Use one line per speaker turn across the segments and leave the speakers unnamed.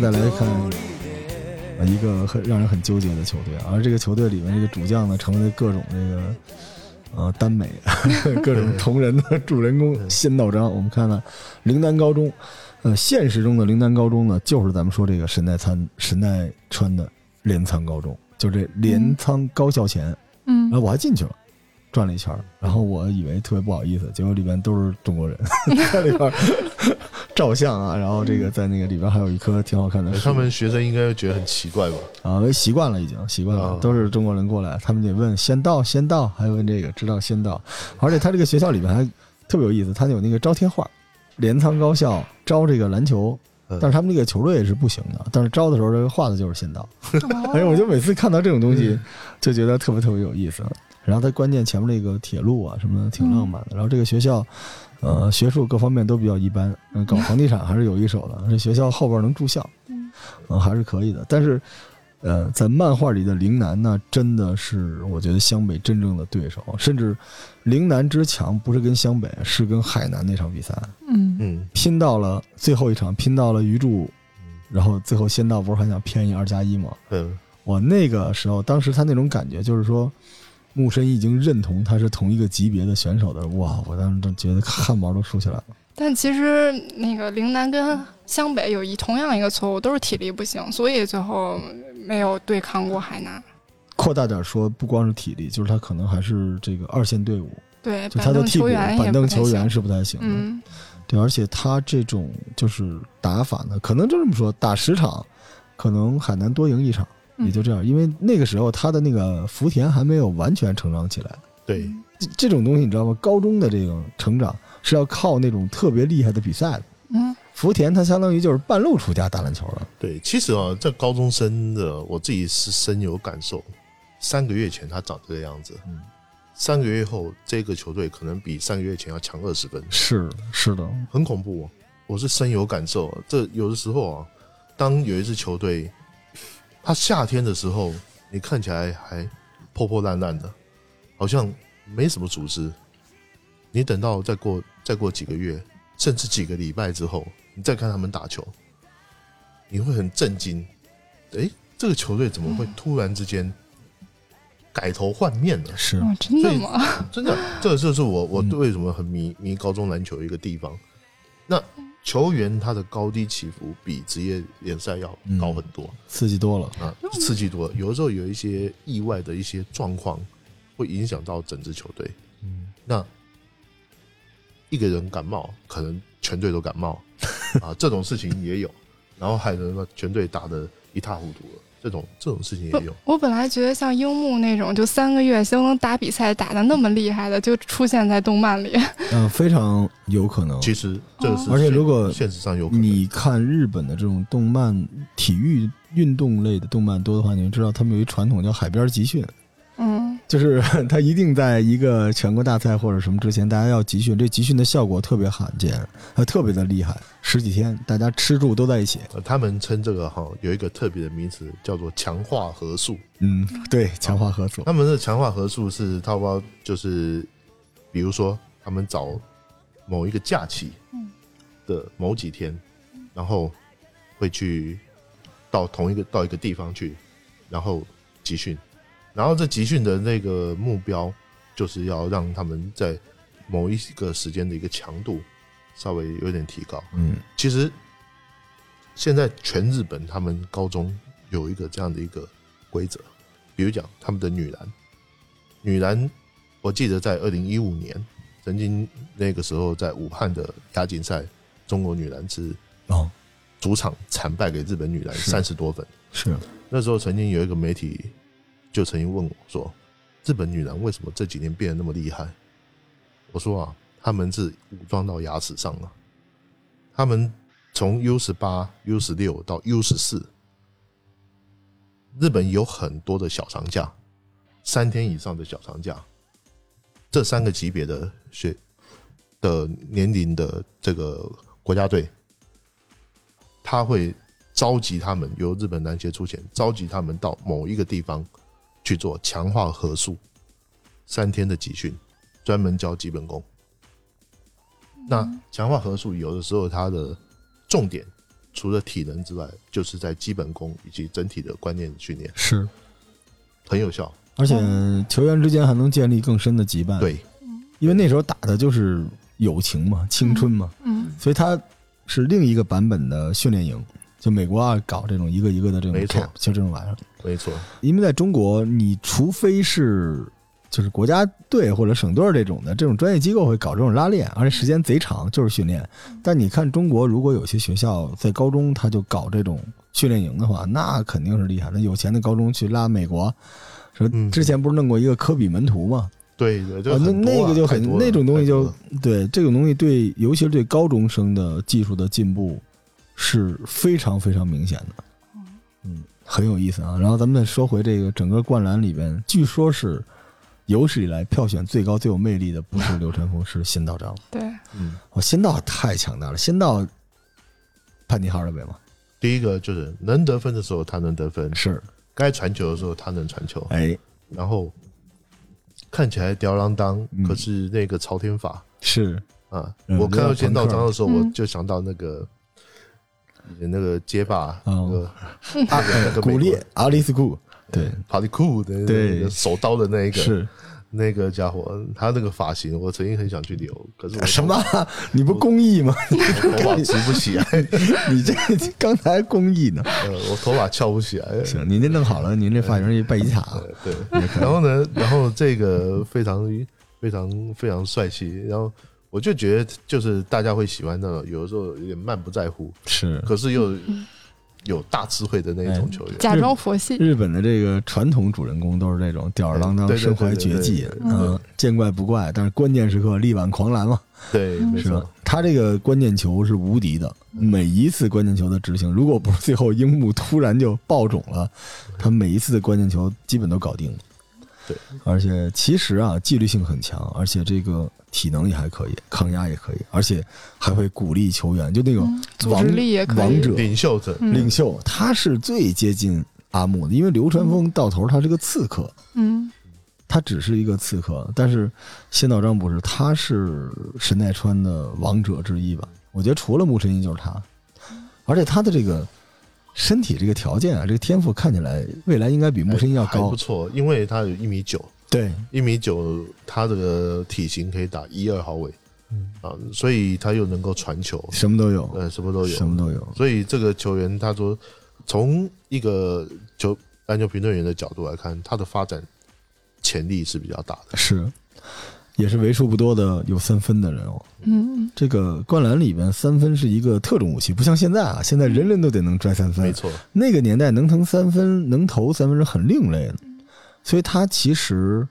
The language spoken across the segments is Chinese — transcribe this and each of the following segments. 再来看呃一个很让人很纠结的球队，而这个球队里面这个主将呢，成为了各种这个呃耽美、 各种同人的主人公仙道章。我们看看陵南高中，呃，现实中的陵南高中呢，就是咱们说这个神奈川神奈川的镰仓高中，就这镰仓高校前，
嗯
然后我还进去了。转了一圈儿，然后我以为特别不好意思，结果里边都是中国人，在里边儿照相啊，然后这个在那个里边还有一棵挺好看的树
他，们学生应该会觉得很奇怪吧？
啊，我习惯了，已经习惯了
啊，
都是中国人过来，他们得问先到先到，还问这个知道先到，而且他这个学校里面还特别有意思，他有那个招贴画，镰仓高校招这个篮球，
嗯
但是他们这个球队是不行的，但是招的时候这个画的就是先到，
哦嗯
哎，我就每次看到这种东西就觉得特别特别有意思。然后它关键前面那个铁路啊什么的挺浪漫的，
嗯
然后这个学校。呃，学术各方面都比较一般，嗯，搞房地产还是有一 手的。这学校后边能住校，
嗯
嗯，还是可以的。但是，呃，在漫画里的陵南呢，真的是我觉得湘北真正的对手，甚至陵南之强不是跟湘北，是跟海南那场比赛
嗯
嗯，
拼到了最后一场，拼到了鱼柱，然后最后仙道不是还想偏一二加一吗？
嗯，
我那个时候，当时他那种感觉就是说，木神已经认同他是同一个级别的选手的时候，哇，我当时都觉得汗毛都竖起来了。
但其实那个陵南跟湘北有一同样一个错误，都是体力不行，所以最后没有对抗过海南。
扩大点说，不光是体力，就是他可能还是这个二线队伍，
对，
就
板
他的
凳
替补
球员也
板凳
不太
球员
行
是不太行的。
嗯
对，而且他这种就是打法呢，可能就这么说，打十场，可能海南多赢一场，
嗯
也就这样。因为那个时候他的那个福田还没有完全成长起来，
对，
这这种东西你知道吗？高中的这种成长是要靠那种特别厉害的比赛的。
嗯
福田他相当于就是半路出家打篮球了，
对，其实啊，这高中生的我自己是深有感受。三个月前他长这个样子，
嗯
三个月后这个球队可能比三个月前要强二十分，
是是的，
很恐怖、哦我是深有感受。哦这有的时候啊，当有一支球队，他夏天的时候，你看起来还破破烂烂的，好像没什么组织。你等到再过再过几个月，甚至几个礼拜之后，你再看他们打球，你会很震惊。诶，这个球队怎么会突然之间改头换面呢？
是
哦，真的
所 以
吗？
真的，这就是我我
嗯
对为什么很迷迷高中篮球的一个地方。那球员他的高低起伏比职业联赛要高很多、
刺激多了。
啊，刺激多了。有的时候有一些意外的一些状况，会影响到整支球队。
嗯，
那一个人感冒，可能全队都感 冒啊，这种事情也有。然后还有人全队打的一塌糊涂了，这种这种事情
哎
也有。
哦
我本来觉得像樱木那种，就三个月就能打比赛打的那么厉害的，就出现在动漫里。
嗯、非常有可能。
其实这个是现，
而且如果
现实上有可能
你看日本的这种动漫、体育运动类的动漫多的话，你就知道他们有一传统叫海边集训，
嗯
就是他一定在一个全国大赛或者什么之前，大家要集训。这集训的效果特别罕见，呃，特别的厉害，十几天，大家吃住都在一起。
呃，他们称这个哈有一个特别的名词叫做强化核数。
嗯，对，强化合作。
他们的强化核数是他包就是，比如说他们找某一个假期
嗯
的某几天，然后会去到同一个到一个地方去，然后集训，然后这集训的那个目标就是要让他们在某一个时间的一个强度稍微有点提高。
嗯，
其实现在全日本他们高中有一个这样的一个规则，比如讲他们的女篮，女篮，我记得在二零一五年曾经那个时候在武汉的亚锦赛，中国女篮是
哦，
主场惨败给日本女篮
是
三十多分。
是，
那时候曾经有一个媒体就曾经问我说，日本女篮为什么这几年变得那么厉害？我说啊，他们是武装到牙齿上了，他们从 U 十八、U 十六到 U 十四，日本有很多的小长假，三天以上的小长假，这三个级别的学的年龄的这个国家队，他会召集他们，由日本篮协出钱召集他们到某一个地方去做强化合宿，三天的集训，专门教基本功。那强化合宿有的时候它的重点除了体能之外，就是在基本功以及整体的观念训练，
是，
很有效。
而且球员之间还能建立更深的羁绊。，
哦对，
因为那时候打的就是友情嘛，青春嘛，
嗯
所以它是另一个版本的训练营。就美国啊，搞这种一个一个的这种
没错
cap，就这种玩意儿。
没错，
因为在中国，你除非是就是国家队或者省队这种的，这种专业机构会搞这种拉练，而且时间贼长，就是训练。但你看中国，如果有些学校在高中他就搞这种训练营的话，那肯定是厉害。那有钱的高中去拉美国，说
嗯
之前不是弄过一个科比门徒吗？
对对，这
啊，那
很多啊
那个就
太
很
多了
那种东西
太多
就
了
对这种东西对，尤其是对高中生的技术的进步是非常非常明显的，嗯，很有意思啊。然后咱们再说回这个整个灌篮里边，据说是有史以来票选最高最有魅力的不是流川枫，是仙道章。
对，
嗯，
哦，仙道太强大了，仙道叛逆号了呗嘛，
第一个就是能得分的时候他能得分，
是，
该传球的时候他能传球，
哎，
然后看起来吊儿郎当，
嗯
可是那个朝天法
是
啊，
嗯
我看到剑道章的时候，
有点朋
我
克
就想到那个以前那个街霸，
嗯
那个
啊，
那个
古
美
烈
国
阿里斯库，对，
帕里库的那
对
个手刀的那一个
是
那个家伙，他那个发型，我曾经很想去留，可是我
什么？你不公益吗？
头发头发直不 起来，
你这刚才公益 呢？
呃我头发翘不起来，
行，您这弄好了，您这发型一拜一塔，
对，然后呢，然后这个非常非常非常帅气，然后我就觉得就是大家会喜欢那种有的时候有点漫不在乎，
是
可是又有大智慧的那种
哎
球员。
假装佛系，
日本的这个传统主人公都是这种吊儿郎当、
对对对
身怀绝技
对对，对
嗯，见怪不怪，但是关键时刻力挽狂澜嘛，
对，没
是吧
错，？嗯
他这个关键球是无敌的，每一次关键球的执行，如果不是最后樱木突然就爆种了，他每一次的关键球基本都搞定了。
对，
而且其实啊，纪律性很强，而且这个体能也还可以，抗压也可以，而且还会鼓励球员，就那种
嗯组织
王、
力也可以
王者
领袖者，
嗯
领袖，他是最接近阿木的，因为流川枫到头他是个刺客，
嗯
他只是一个刺客，但是仙道章不是，他是神奈川的王者之一吧？我觉得除了木神一就是他，而且他的这个身体这个条件啊，这个天赋看起来未来应该比木神一要
哎还
高
不。错，因为他有一米九，
对，
一米九，他的体型可以打一二号位，
嗯
啊，所以他又能够传球，
什么都有，
呃，什么都有，
什么都有。
所以这个球员，他说从一个球篮球评论员的角度来看，他的发展潜力是比较大的。
是，也是为数不多的有三分的人哦。
嗯，
这个灌篮里边三分是一个特种武器，不像现在啊，现在人人都得能拽三分啊
没。错，
那个年代能投三分，能投三分是很另类的，所以他其实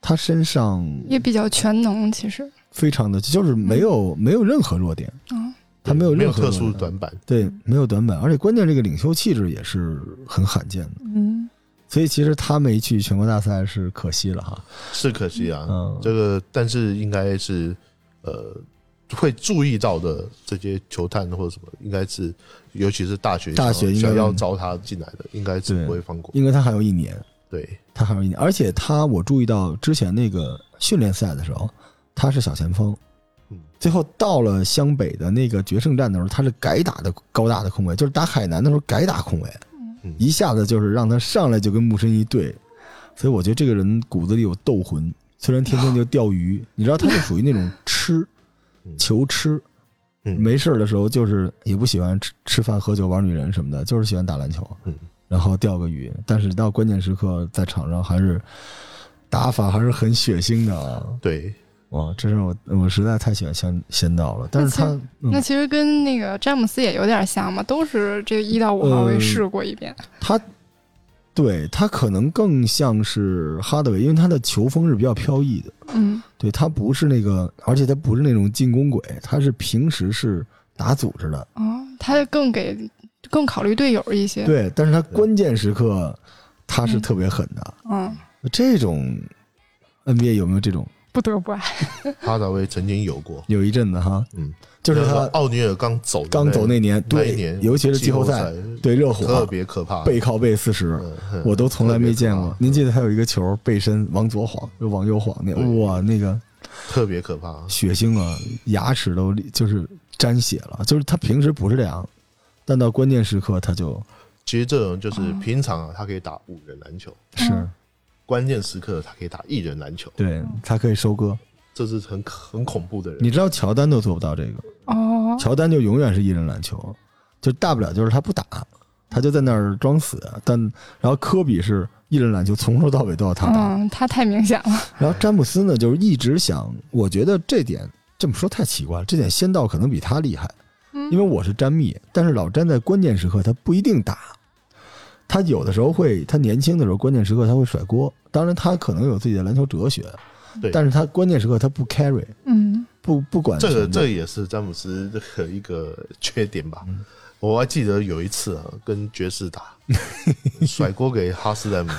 他身上
也比较全能，其实，
非常的就是没有没有任何弱点，
嗯
他没有
没有
任何
特
弱
殊
点
的短板，
对，没有短板，而且关键这个领袖气质也是很罕见的，
嗯
所以其实他没去全国大赛是可惜了哈。
是可惜啊。
嗯
这个，但是应该是呃会注意到的这些球探或者什么，应该是尤其是大学
大学应该
想要招他进来的，应该是不会放过。
因为他还有一年，
对，
他还有一年，而且他我注意到之前那个训练赛的时候，他是小前锋
嗯。
最后到了湘北的那个决胜战的时候，他是改打的高大的控卫，就是打海南的时候改打控卫，
嗯
一下子就是让他上来就跟木申一对，所以我觉得这个人骨子里有斗魂，虽然天天就钓鱼， 你知道他是属于那种吃
嗯
求吃，
嗯
没事儿的时候就是也不喜欢吃吃饭、喝酒、玩女人什么的，就是喜欢打篮球
嗯，
然后钓个鱼，但是到关键时刻在场上还是打法还是很血腥的啊！
对，
哇，这是我我实在太喜欢仙仙道了，但是他
那
嗯
其实跟那个詹姆斯也有点像嘛，都是这一到五号
呃
位试过一遍，
他对他可能更像是哈德韦，因为他的球风是比较飘逸的。
嗯
对他不是那个，而且他不是那种进攻鬼，他是平时是打组织的，
哦，他更给更考虑队友一些，
对，但是他关键时刻他是特别狠的，
嗯，
这种 NBA 有没有这种？
不得不爱，
哈达威曾经有过，
有一阵子哈，
嗯，
就是
那个
他
奥尼尔刚走的
刚走那年，
那一
对
年，，
尤其是季后
赛
赛，对热
特
火
别可怕，
背靠背四十，
嗯嗯
我都从来没见过
特。别可怕
您记得他有一个球背身往左晃，又往右晃，那
对
哇那个
特别可怕，
血腥啊，牙齿都就是沾血了。就是他平时不是这样，但到关键时刻他就
其实这种就是平常啊，他可以打五人篮球，
是、
关键时刻他可以打一人篮球，
对他可以收割。
这是很很恐怖的人。
你知道乔丹都做不到这个，
哦，
乔丹就永远是一人篮球，就大不了就是他不打，他就在那儿装死。但然后科比是一人篮球，从头到尾都要他打。
嗯，他太明显了，
然后詹姆斯呢，就是一直想，我觉得这点这么说太奇怪了，这点仙道可能比他厉害，
嗯
因为我是詹密，但是老詹在关键时刻他不一定打，他有的时候会，他年轻的时候关键时刻他会甩锅，当然他可能有自己的篮球哲学，
对
但是他关键时刻他不 carry，
嗯
不不管
这个
什么
这个也是詹姆斯的一个缺点吧。我还记得有一次啊，跟爵士打，甩锅给哈斯莱姆，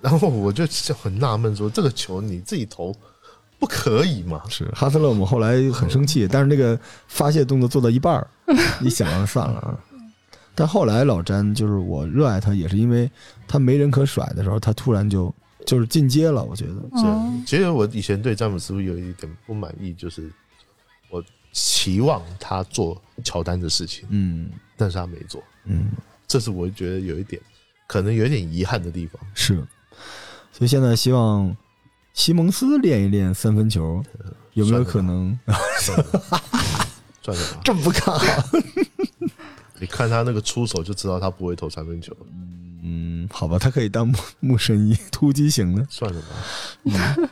然后我就很纳闷说，这个球你自己投不可以吗？
是哈斯勒姆后来很生气，但是那个发泄动作做到一半儿，你想了算了啊。但后来老詹就是我热爱他，也是因为他没人可甩的时候，他突然就就是进阶了。我觉得
哦
是，其实我以前对詹姆斯有一点不满意，就是我期望他做乔丹的事情，
嗯
但是他没做，
嗯，
这是我觉得有一点可能有一点遗憾的地方。
是。所以现在希望西蒙斯练一练三分球，有没有可能？
算了吧，算了吧，
这么不看好？
你看他那个出手就知道他不会投三分球，
嗯，好吧，他可以当木木神医突击型的。
算了吧。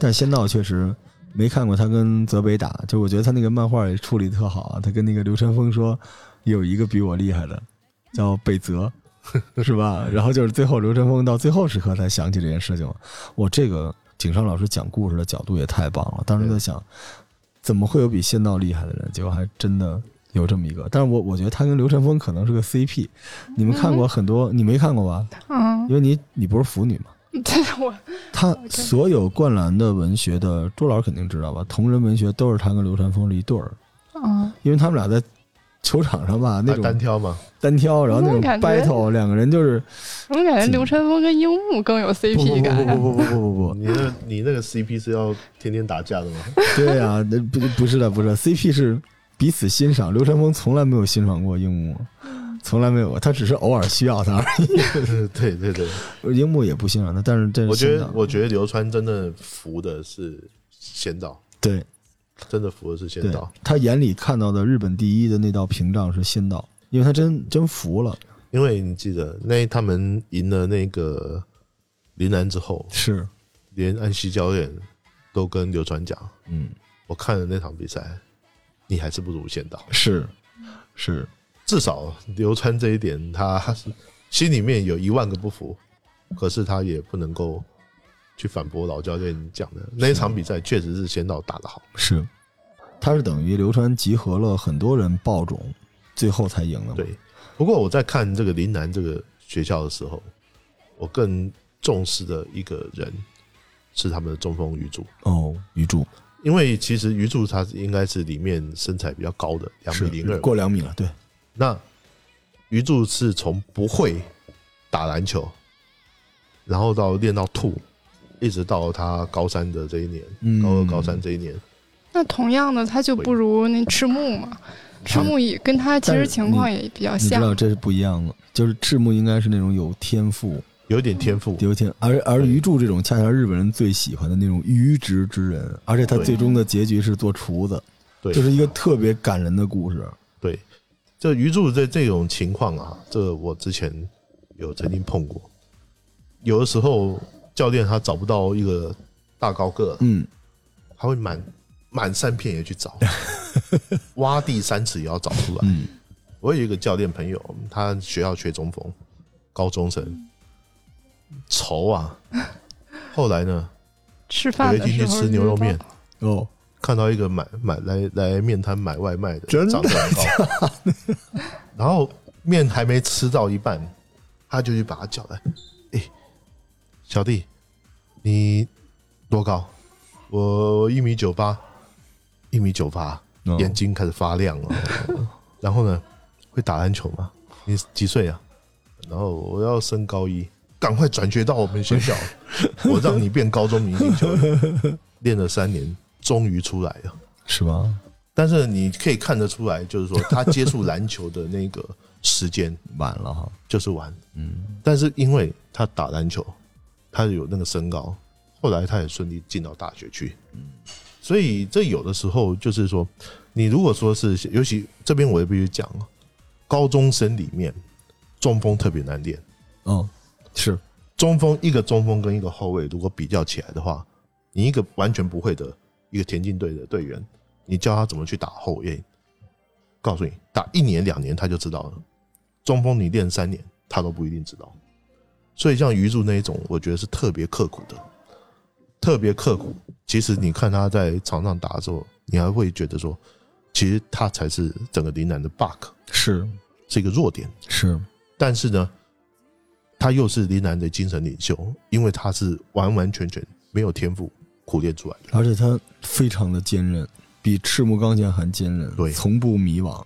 但仙道确实没看过他跟泽北打，就我觉得他那个漫画也处理得特好啊。他跟那个流川枫说，有一个比我厉害的，叫北泽， 是吧？然后就是最后流川枫到最后时刻才想起这件事情了。我这个井上老师讲故事的角度也太棒了，当时在想，怎么会有比仙道厉害的人？结果还真的。有这么一个，但是我我觉得他跟流川枫可能是个 CP，你们看过很多，你没看过吧？
嗯，
因为你你不是腐女嘛。
对我
他所有灌篮的文学的，朱老师肯定知道吧？同人文学都是他跟流川枫是一对儿，
嗯
因为他们俩在球场上吧，那
啊单
种
挑嘛，
单挑，然后那种
我感觉
battle，两个人就是
我感觉流川枫跟樱木更有
不不
CP
不
感，啊
不不不不不不，
你那你那个 CP 是要天天打架的 吗？
对啊，那不不是的，不是的 CP 是彼此欣赏，流川枫从来没有欣赏过樱木，从来没有过，他只是偶尔需要他而
对对对，
已，樱木也不欣赏他，但是这是
我觉
欣
得
赏
我觉得流川真的服的是仙道，
对
真的服的是仙
对
道，，
他眼里看到的日本第一的那道屏障是仙道，因为他真真服了，
因为你记得那他们赢了那个林南之后，
是，
连安西教练都跟流川讲，
嗯。
我看了那场比赛，你还是不如仙道，
是是，
至少流川这一点他 是心里面有一万个不服，可是他也不能够。去反驳老教练讲的那一场比赛，确实是仙道打得好。
是，他是等于流川集合了很多人爆种，最后才赢的。，
对，不过我在看这个林南这个学校的时候，我更重视的一个人是他们的中锋鱼柱，
哦，鱼柱
因为其实鱼柱他是应该是里面身材比较高的，两
是
米零二。
过两米了，对，
那鱼柱是从不会打篮球，然后到练到吐，一直到他高三的这一年，
嗯
高二高三这一年，
那同样的，他就不如那赤木嘛。赤木也跟他其实情况也比较
你知
像
道，这是不一样的。就是赤木应该是那种有天赋、
有点天赋。
有天，而而鱼柱这种恰恰是日本人最喜欢的那种愚直之人，而且他
对
最终的结局是做厨子，
对，
就是一个特别感人的故事。
对，这鱼柱这这种情况啊，这我之前有曾经碰过。有的时候教练他找不到一个大高个，
嗯，
他会满满山遍野 去找，挖地三尺也要找出来。
嗯
我有一个教练朋友，他学校缺中锋，高中生，愁 啊。后来呢，
吃饭
有
的
一
时
天去
候
吃牛肉面，
哦，
看到一个买买来来面摊买外卖的，
真的
长得很高，然后面还没吃到一半，他就去把他叫来，哎、小弟，你多高？我一米九八，一米九八，
哦
眼睛开始发亮了。然后呢，会打篮球吗？你几岁啊？然后我要升高一，赶快转学到我们学校，我让你变高中明星球员。练了三年，终于出来了。
哦是吧？
但是你可以看得出来，就是说他接触篮球的那个时间
晚了哈，
就是晚，
嗯，
但是因为他打篮球，他有那个身高，后来他也顺利进到大学去。所以这有的时候就是说，你如果说是，尤其这边我也必须讲，高中生里面中锋特别难练。
哦，是
中锋一个中锋跟一个后卫如果比较起来的话，你一个完全不会的一个田径队的队员，你教他怎么去打后卫，告诉你打一年两年他就知道了。中锋你练三年，他都不一定知道。所以像鱼柱那一种，我觉得是特别刻苦的，特别刻苦。其实你看他在场上打的时候，你还会觉得说，其实他才是整个林南的 bug，
是
是一个弱点。
是，
但是呢，他又是林南的精神领袖，因为他是完完全全没有天赋苦练出来的。
而且他非常的坚韧，比赤木刚宪还坚韧，
对
从不迷惘，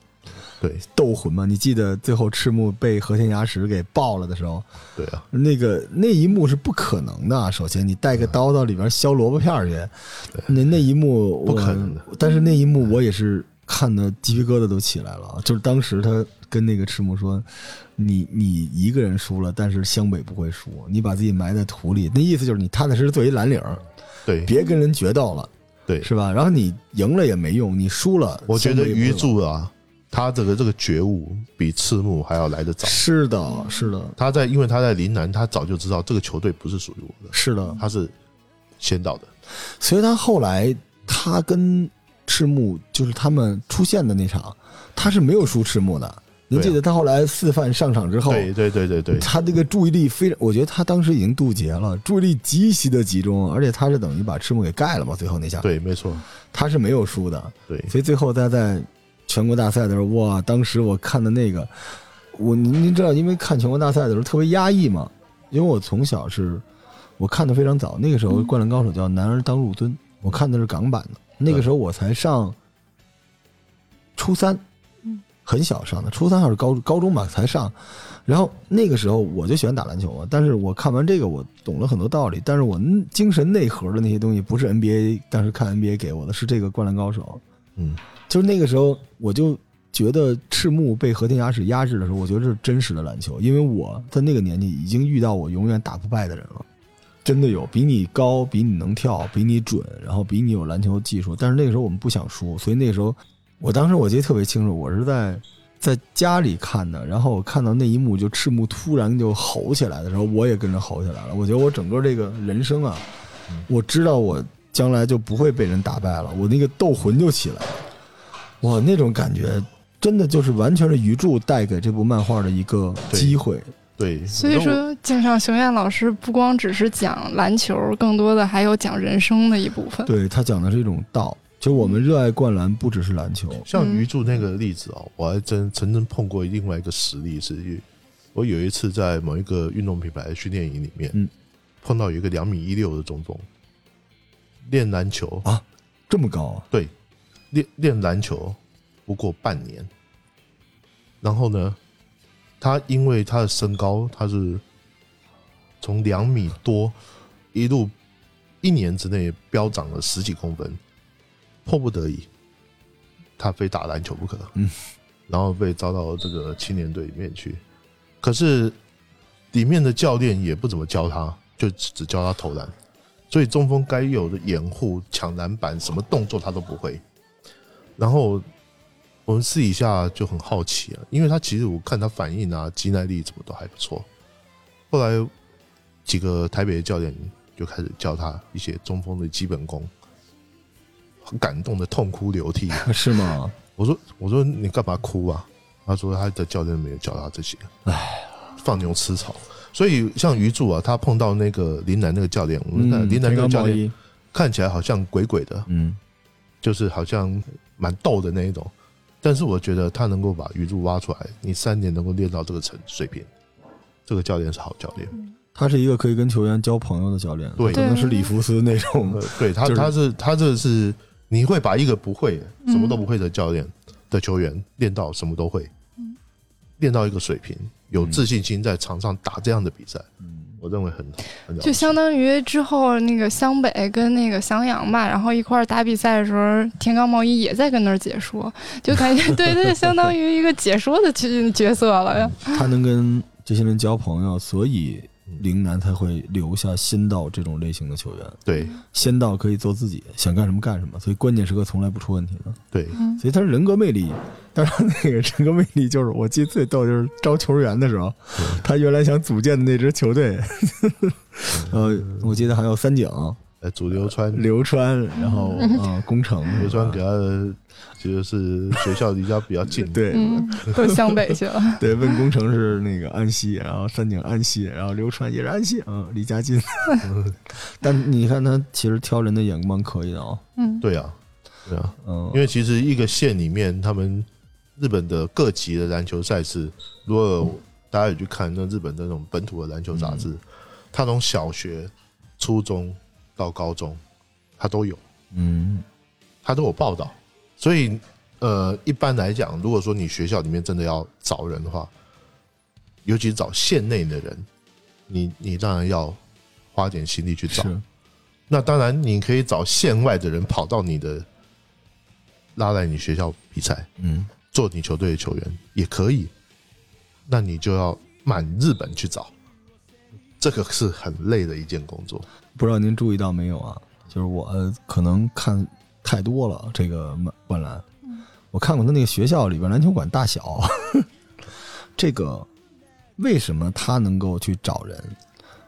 对
斗魂嘛。你记得最后赤木被和田牙石给爆了的时候，
对啊，
那个那一幕是不可能的啊。首先，你带个刀到里边削萝卜片儿去，那那一幕我
不可能的。
但是那一幕我也是看的鸡皮疙瘩都起来了啊，就是当时他跟那个赤木说：“你你一个人输了，但是湘北不会输，你把自己埋在土里。”那意思就是你踏踏实实做一蓝领儿，
对
别跟人决斗了，
对，
是吧？然后你赢了也没用，你输了，
我觉得
湘北也
鱼
不会
柱啊，他这个这个觉悟比赤木还要来得早
玩。是的，是的，
他在因为他在林南，他早就知道这个球队不是属于我的，
是的。
他是先到的。
所以他后来他跟赤木就是他们出现的那场，他是没有输赤木的。您
对啊
记得他后来四犯上场之后，
对对对 对对，
他这个注意力非常，我觉得他当时已经渡劫了，注意力极其的集中，而且他是等于把赤木给盖了嘛，最后那下，
对，没错，
他是没有输的，
对
所以最后他在全国大赛的时候，哇，当时我看的那个，我您您知道，因为看全国大赛的时候特别压抑嘛，因为我从小是我看的非常早，那个时候《灌篮高手》叫《男儿当入樽》，我看的是港版的，那个时候我才上初三，很小上的，初三还是高高中吧才上。然后那个时候我就喜欢打篮球嘛，但是我看完这个我懂了很多道理，但是我精神内核的那些东西不是 NBA 当时看 NBA 给我的，是这个《灌篮高手》。
嗯，
就是那个时候，我就觉得赤木被和田牙齿压制的时候，我觉得这是真实的篮球，因为我在那个年纪已经遇到我永远打不败的人了，真的有比你高、比你能跳、比你准，然后比你有篮球技术。但是那个时候我们不想输，所以那个时候，我当时我记得特别清楚，我是在。在家里看的，然后我看到那一幕，就赤木突然就吼起来的时候，我也跟着吼起来了。我觉得我整个这个人生啊，我知道我将来就不会被人打败了，我那个斗魂就起来了。哇，那种感觉真的就是完全是鱼柱带给这部漫画的一个机会。
对。
所以说，井上雄彦老师不光只是讲篮球，更多的还有讲人生的一部分。
对他讲的是一种道，就我们热爱灌篮不只是篮球，
像鱼柱那个例子哦，我还真曾经碰过另外一个实例，是我有一次在某一个运动品牌的训练营里面，
嗯
碰到有一个两米一六的中锋，练篮球，
这么高啊！
练练篮球不过半年，然后呢，他因为他的身高，他是从两米多一路一年之内飙涨了十几公分，迫不得已，他非打篮球不可。
嗯，
然后被招到这个青年队里面去，可是里面的教练也不怎么教他，就只只教他投篮。所以中锋该有的掩护、抢篮板，什么动作他都不会。然后我们私底下就很好奇啊，因为他其实我看他反应啊、肌耐力什么都还不错。后来几个台北的教练就开始教他一些中锋的基本功，很感动的痛哭流涕。
啊 是吗？
我说：“我说你干嘛哭啊？”他说：“他的教练没有教他这些，哎，放牛吃草。”所以像鱼柱啊，他碰到那个林南那个教练，我们看林南那
嗯
个
田
教
刚茂
练
一，
看起来好像鬼鬼的，
嗯，
就是好像蛮逗的那一种。但是我觉得他能够把鱼柱挖出来，你三年能够练到这个程水平，这个教练是好教练。
他是一个可以跟球员交朋友的教练，
对
可能是里弗斯那种
呃，对他，
就是
他是他这是你会把一个不会什么都不会的教练的球员练到什么都
嗯嗯
会，练到一个水平，有自信心在场上打这样的比赛，我我认为很很
就
了不起
相当于之后那个湘北跟那个襄阳吧，然后一块儿打比赛的时候，田刚毛衣也在跟那儿解说，就感觉 对，他就相当于一个解说的角角色了。
他能跟这些人交朋友，所以
嗯
陵南才会留下仙道这种类型的球员。
对
仙道可以做自己，想干什么干什么，所以关键时刻从来不出问题的。
对，
所以他是人格魅力。但是他那个人格魅力就是，我记得最逗就是招球员的时候，他原来想组建的那支球队，
嗯
呃，我记得还有三井、
呃，主流川
刘川，然后啊、呃宫城，，
流川给他的其实是学校离家比较近
对、
嗯，都湘北去了。
对，问宫城是那个安西，然后三井安西，然后刘川也是安西，嗯，离家 近。但你看他其实挑人的眼光可以的啊、
嗯，
对啊，对啊，
嗯，
因为其实一个县里面，他们日本的各级的篮球赛事，如果大家有去看那日本的那种本土的篮球杂志，它从小学、初中到高中，它都有，
嗯
它都有报道。所以，呃，一般来讲，如果说你学校里面真的要找人的话，尤其是找县内的人，你你当然要花点心力去找。
是
那当然，你可以找县外的人跑到你的拉来你学校比赛，
嗯
做你球队的球员也可以，那你就要满日本去找，这个是很累的一件工作。
不知道您注意到没有啊？就是我呃可能看太多了这个灌灌篮，我看过他那个学校里边篮球馆大小， 这个为什么他能够去找人，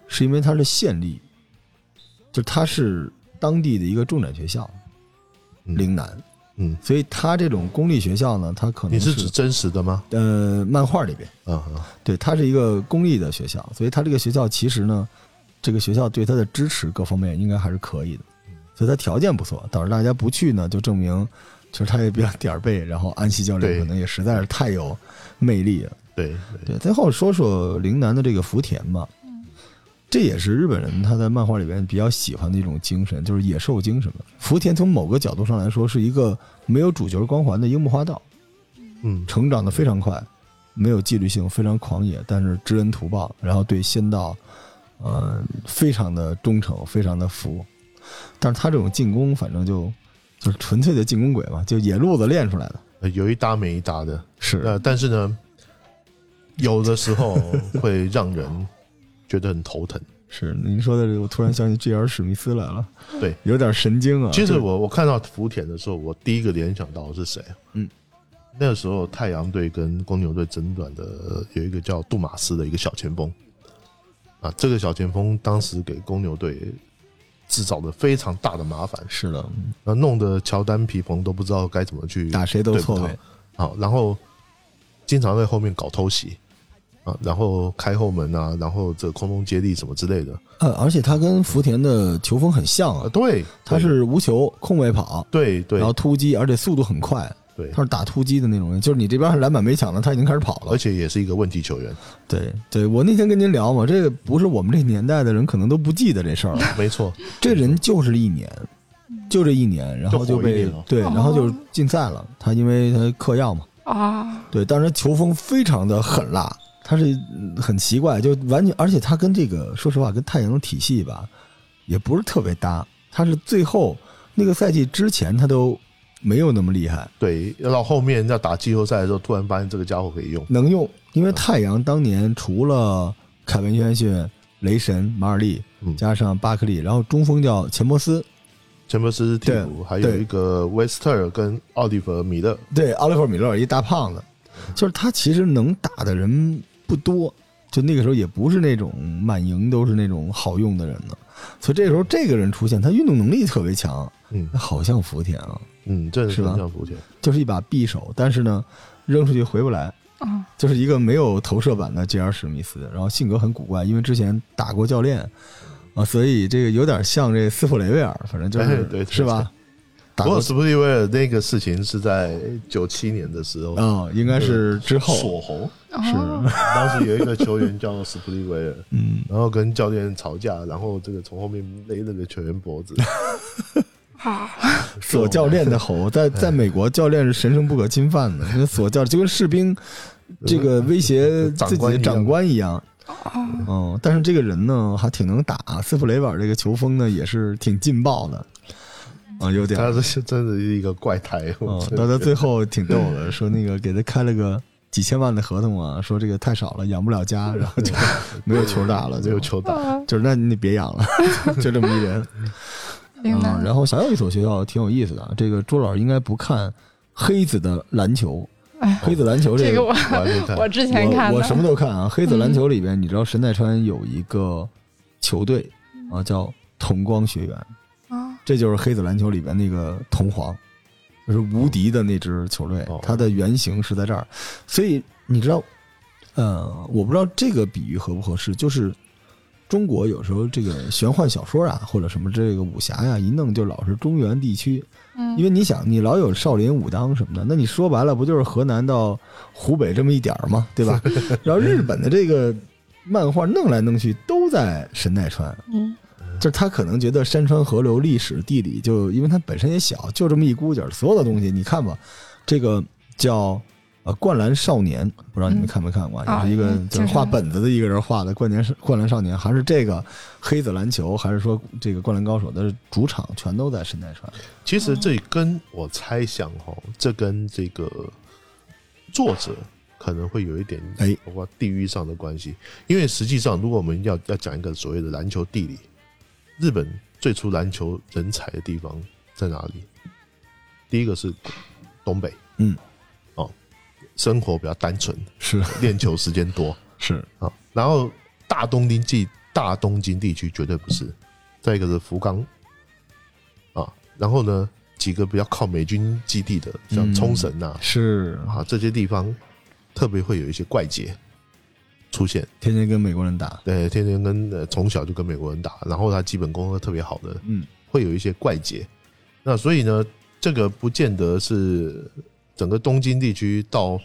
是因为他是县立，就他是当地的一个重点学校，
嗯
陵南，
嗯，
所以他这种公立学校呢，他可
你
能
是指真实的吗？
呃漫画里边。
啊、嗯，
对，它是一个公立的学校，所以它这个学校其实呢，这个学校对它的支持各方面应该还是可以的，
嗯
所以它条件不错，导致大家不去呢，就证明其实他也比较点儿背，然后安西教练
对
可能也实在是太有魅力了。
对对，
对，最后说说陵南的这个福田吧，这也是日本人他在漫画里边比较喜欢的一种精神，就是野兽精神嘛。福田从某个角度上来说是一个没有主角光环的樱木花道，
嗯
成长的非常快，没有纪律性，非常狂野，但是知恩图报，然后对仙道，呃，非常的忠诚，非常的服。但是他这种进攻，反正就就是纯粹的进攻鬼嘛，就野路子练出来的。
呃有一搭没一搭的。
是，
那但是呢，有的时候会让人觉得很头疼。
是，您说的这个，我突然想起 G.R. 史密斯来了，
对，
有点神经啊。
其实
就是
我我看到福田的时候，我第一个联想到的是谁？啊
嗯，
那个时候太阳队跟公牛队争短的呃有一个叫杜马斯的一个小前锋啊，这个小前锋当时给公牛队制造了非常大的麻烦，
是的，
那弄得乔丹、皮蓬都不知道该怎么去
打谁都
对付
错
他
位。
好，然后经常在后面搞偷袭啊，然后开后门啊，然后这空中接力什么之类的
呃，而且他跟福田的球风很像
啊，
啊，
对，
他是无球空位跑，
对对
然后突击，而且速度很快，
对
他，是打突击的那种人，就是你这边是篮板没抢了，他已经开始跑了
而。且也是一个问题球员，
对对，我那天跟您聊嘛，这个不是我们这年代的人可能都不记得这 事儿了。
没错。
这人就是一年，就这一年，然后
就火一
被
年了
对，
哦
然后就禁赛了。他因为他嗑药嘛，
啊，
对，但是他球风非常的狠辣，他是嗯很奇怪，就完全，而且他跟这个说实话跟太阳的体系吧，也不是特别搭。他是最后那个赛季之前他都没有那么厉害，
对，要到后面要打季后赛的时候，突然发现这个家伙可以用。
能用，因为太阳当年除了凯文·约翰逊、雷神马尔利，
嗯
加上巴克利，然后中锋叫钱伯斯，
前波斯是替补，
对
还有
对
一个威斯特尔跟奥利弗米勒。
对，奥利弗·米勒尔一大胖子，就是他其实能打的人不多，就那个时候也不是那种满营都是那种好用的人呢，所以这时候这个人出现，他运动能力特别强，
嗯
好像福田啊，
嗯，这
是
是
吧
很像福田。
就是一把匕首，但是呢，扔出去回不来。
啊，
就是一个没有投射版的 J.R. 史密斯，然后性格很古怪，因为之前打过教练啊，所以这个有点像这斯普雷维尔，反正就是、
哎对对
是吧？打
不
过
过斯普利威尔那个事情是在九七年的时候，
啊、应该是之后
锁喉。
哦，
当时有一个球员叫斯普利威尔，
嗯，
然后跟教练吵架，然后这个从后面勒那个球员脖子。
啊，
锁教练的吼，在在美国教练是神圣不可侵犯的，因为锁教就跟士兵这个威胁
长
自己
官一
的
样
长官一样。嗯，但是这个人呢还挺能打，斯普雷尔这个球风呢也是挺劲爆的，啊，有点儿
他这是真的是一个怪胎，
嗯
我真，的
到他
觉得
最后挺逗 的，说那个给他开了个几千万的合同啊，说这个太少了，养不了家，然后就没有球打了，
没
就
有球打，
啊，
就是那你得别养了， 就这么一人。
明白
嗯，然后还有一所学校挺有意思的，这个朱老师应该不看黑子的篮球，
哎
黑子篮球个
这
哎
个我
我还没 看，
我之前看嗯
我我
的，
什么都看啊。黑子篮球里边，你知道神奈川有一个球队
嗯
啊，叫同光学园，
啊，
这就是黑子篮球里边那个同黄，就是无敌的那支球队
哦，
它的原型是在这儿。所以你知道，呃，我不知道这个比喻合不合适，就是。中国有时候这个玄幻小说啊，或者什么这个武侠呀、一弄就老是中原地区，
嗯，
因为你想，你老有少林、武当什么的，那你说白了，不就是河南到湖北这么一点儿吗？对吧？然后日本的这个漫画弄来弄去都在神奈川，
嗯
就是他可能觉得山川河流、历史地理，就因为它本身也小，就这么一股劲儿，所有的东西你看吧，这个叫。呃，灌篮少年，不知道你们看没看过，
嗯
也是一个
啊嗯
就是
听说
画
过
本子的一个人画的《灌篮灌篮少年》，还是这个黑子篮球，还是说这个《灌篮高手》的主场全都在神奈川。
其实这跟我猜想哦，这跟这个作者可能会有一点
哎
包括地域上的关系，因为实际上如果我们要要讲一个所谓的篮球地理，日本最初篮球人才的地方在哪里？第一个是东北，
嗯，
哦，生活比较 单纯，
是
练球时间多，
是，
啊，然后大东京地大东京地区绝对不是，再一个是福冈啊，然后呢几个比较靠美军基地的，像
嗯
冲绳呐、啊
是
这些地方，特别会有一些怪杰出现，
天天跟美国人打，
对，天天跟呃从小就跟美国人打，然后他基本功都特别好的，
嗯，
会有一些怪杰。那所以呢，这个不见得是整个东京地区到，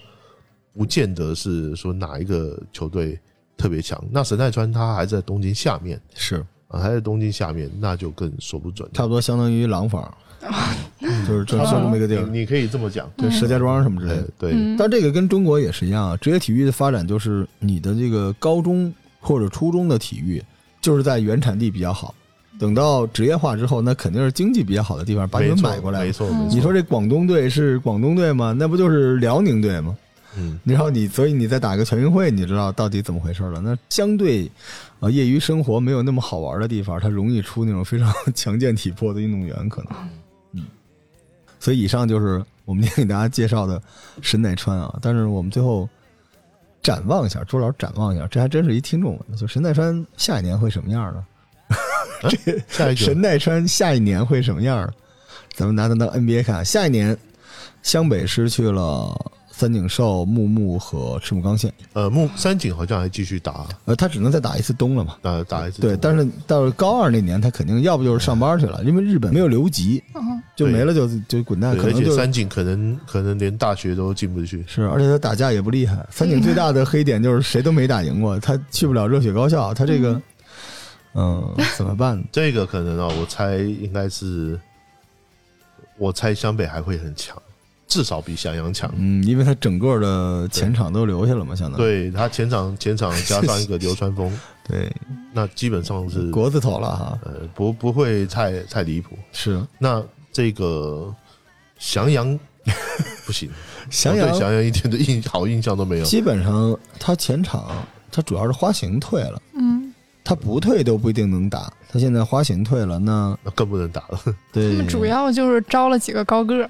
不见得是说哪一个球队特别强。那神奈川他还在东京下面
是
啊，还在东京下面，那就更说不准了。
差不多相当于廊坊， 就是就就这么一个地儿，
你你可以这么讲，
对，石家庄什么之类
对
的。
对，
嗯，
但这个跟中国也是一样啊，职业体育的发展就是你的这个高中或者初中的体育，就是在原产地比较好，等到职业化之后，那肯定是经济比较好的地方把你
没
们
错
买过来
没。错没错。
你说这广东队是广东队吗？那不就是辽宁队吗？
嗯，
然后你，所以你再打个全运会，你就知道到底怎么回事了。那相对，呃，业余生活没有那么好玩的地方，它容易出那种非常 强健体魄的运动员，可能。嗯。所以以上就是我们今天给大家介绍的神奈川啊，但是我们最后展望一下，朱老师展望一下，这还真是一听众问的，就神奈川下一年会什么样呢？
下一个
神奈川下一年会什么样呢？咱们拿它当 NBA 看，啊下一年湘北失去了三井寿、木木和赤木刚宪。
呃木山井好像还继续打
呃，他只能再打一次冬了嘛。
打打一次
对，但是到了高二那年，他肯定要不就是上班去了，因为日嗯本没有留级，
嗯
就没了就就滚蛋，
对
可
而
能
且
就
山井可能可能连大学都进不去，
是，而且他打架也不厉害。三井最大的黑点就是谁都没打赢过，他去不了热血高校，他这个，嗯，怎么办？
这个可能啊，我猜应该是，我猜湘北还会很强，至少比翔阳强。
嗯，因为他整个的前场都留下了嘛，相当于
对他前场前场加上一个流 川枫，
对
那基本上是
国字头了哈，
呃不不会太太离谱。
是
那这个 翔阳不行，
翔
我对
阳
翔阳一点的印好印象都没有。
基本上他前场他主要是花形退了，
嗯，
他不退都不一定能打，他现在花形退了，那
那更不能打了，
他
对
们主要就是招了几个高个儿，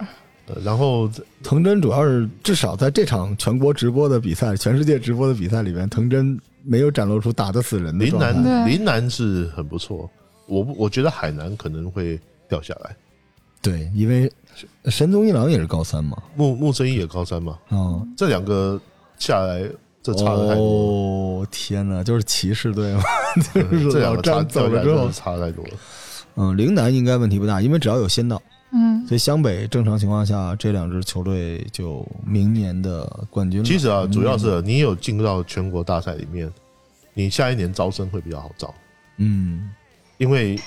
呃然后
藤真主要是至少在这场全国直播的比赛、全世界直播的比赛里边，藤真没有展露出打得死人的
林
状态。
南
对
林南是很不错，我不我觉得海南可能会掉下来，
对，因为神宗一郎也是高三嘛，
木木真一也高三嘛，
啊、
这两个下来，这差的太多了。
哦，天哪，就是骑士队 嘛，就是
嗯这两
老
个差
张走了之后，
差太多了。
嗯，陵南应该问题不大，因为只要有仙道，
嗯
所以湘北正常情况下这两支球队就明年的冠军了。
其实啊，
嗯
主要是你有进入到全国大赛里面，你下一年招生会比较好招，
嗯，
因为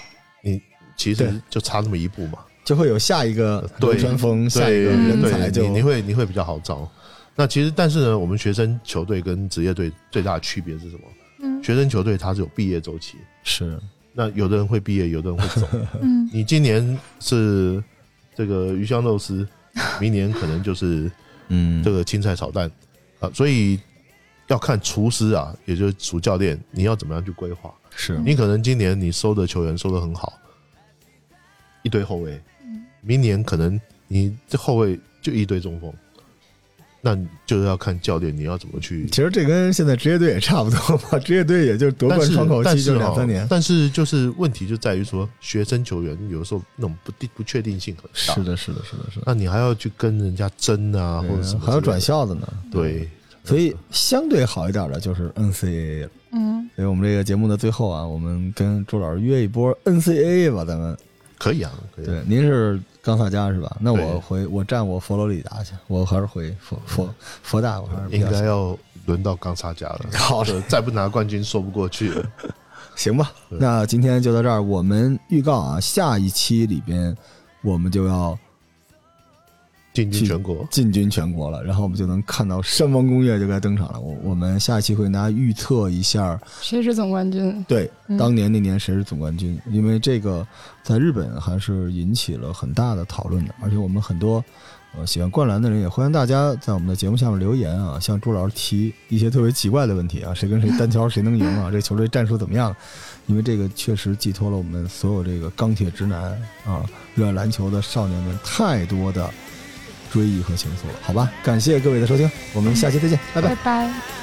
你其
对
实就差那么一步嘛。
就会有下一个
对
流川枫，下一
对
个人才
对，
就
你你会你会比较好招。那其实，但是呢，我们学生球队跟职业队最大的区别是什么？
嗯，
学生球队它是有毕业周期，
是
那有的人会毕业，有的人会走。
嗯，
你今年是这个鱼香肉丝，明年可能就是
嗯
这个青菜炒蛋啊，所以要看厨师啊，也就是主教练，你要怎么样去规划。
是
你可能今年你收的球员收的很好，一堆后卫，明年可能你这后卫就一堆中锋，那你就是要看教练你要怎么去。
其实这跟现在职业队也差不多吧，职业队也就夺
但
冠
是
窗口
但
期
是
就
哦
两三年。
但是就是问题就在于说，学生球员有时候那种不定不确定性很大，
是的，是的，是的，是的。
那你还要去跟人家争啊，或者什
嗯
么之类的
还有转，校的呢，
对，
所以相对好一点的就是 NCAA 了。
嗯，
所以我们这个节目的最后啊，我们跟朱老师约一波 NCAA 吧，咱们
可以啊，可以啊。
对，您是冈萨加是吧？那
对
我回我站我佛罗里达去，我还是回佛佛佛大，我还是比
应
较
该要轮到冈萨加了，
好
这再不拿冠军说不过去了。
行吧。
对
那今天就到这儿，我们预告啊，下一期里边我们就要
进军全国，
进军全国了，然后我们就能看到山王工业就该登场了。我我们下一期会跟大家预测一下，
谁是总冠军？
对，
嗯
当年那年谁是总冠军？因为这个在日本还是引起了很大的讨论的，而且我们很多呃喜欢灌篮的人也欢迎大家在我们的节目下面留言啊，向朱老师提一些特别奇怪的问题啊，谁跟谁单挑谁能赢啊？这球队战术怎么样？因为这个确实寄托了我们所有这个钢铁直男啊，热爱篮球的少年们太多的追忆和情愫了，好吧？感谢各位的收听，我们下期再见，拜拜。
拜
「君
拜。
の声が聞こえる」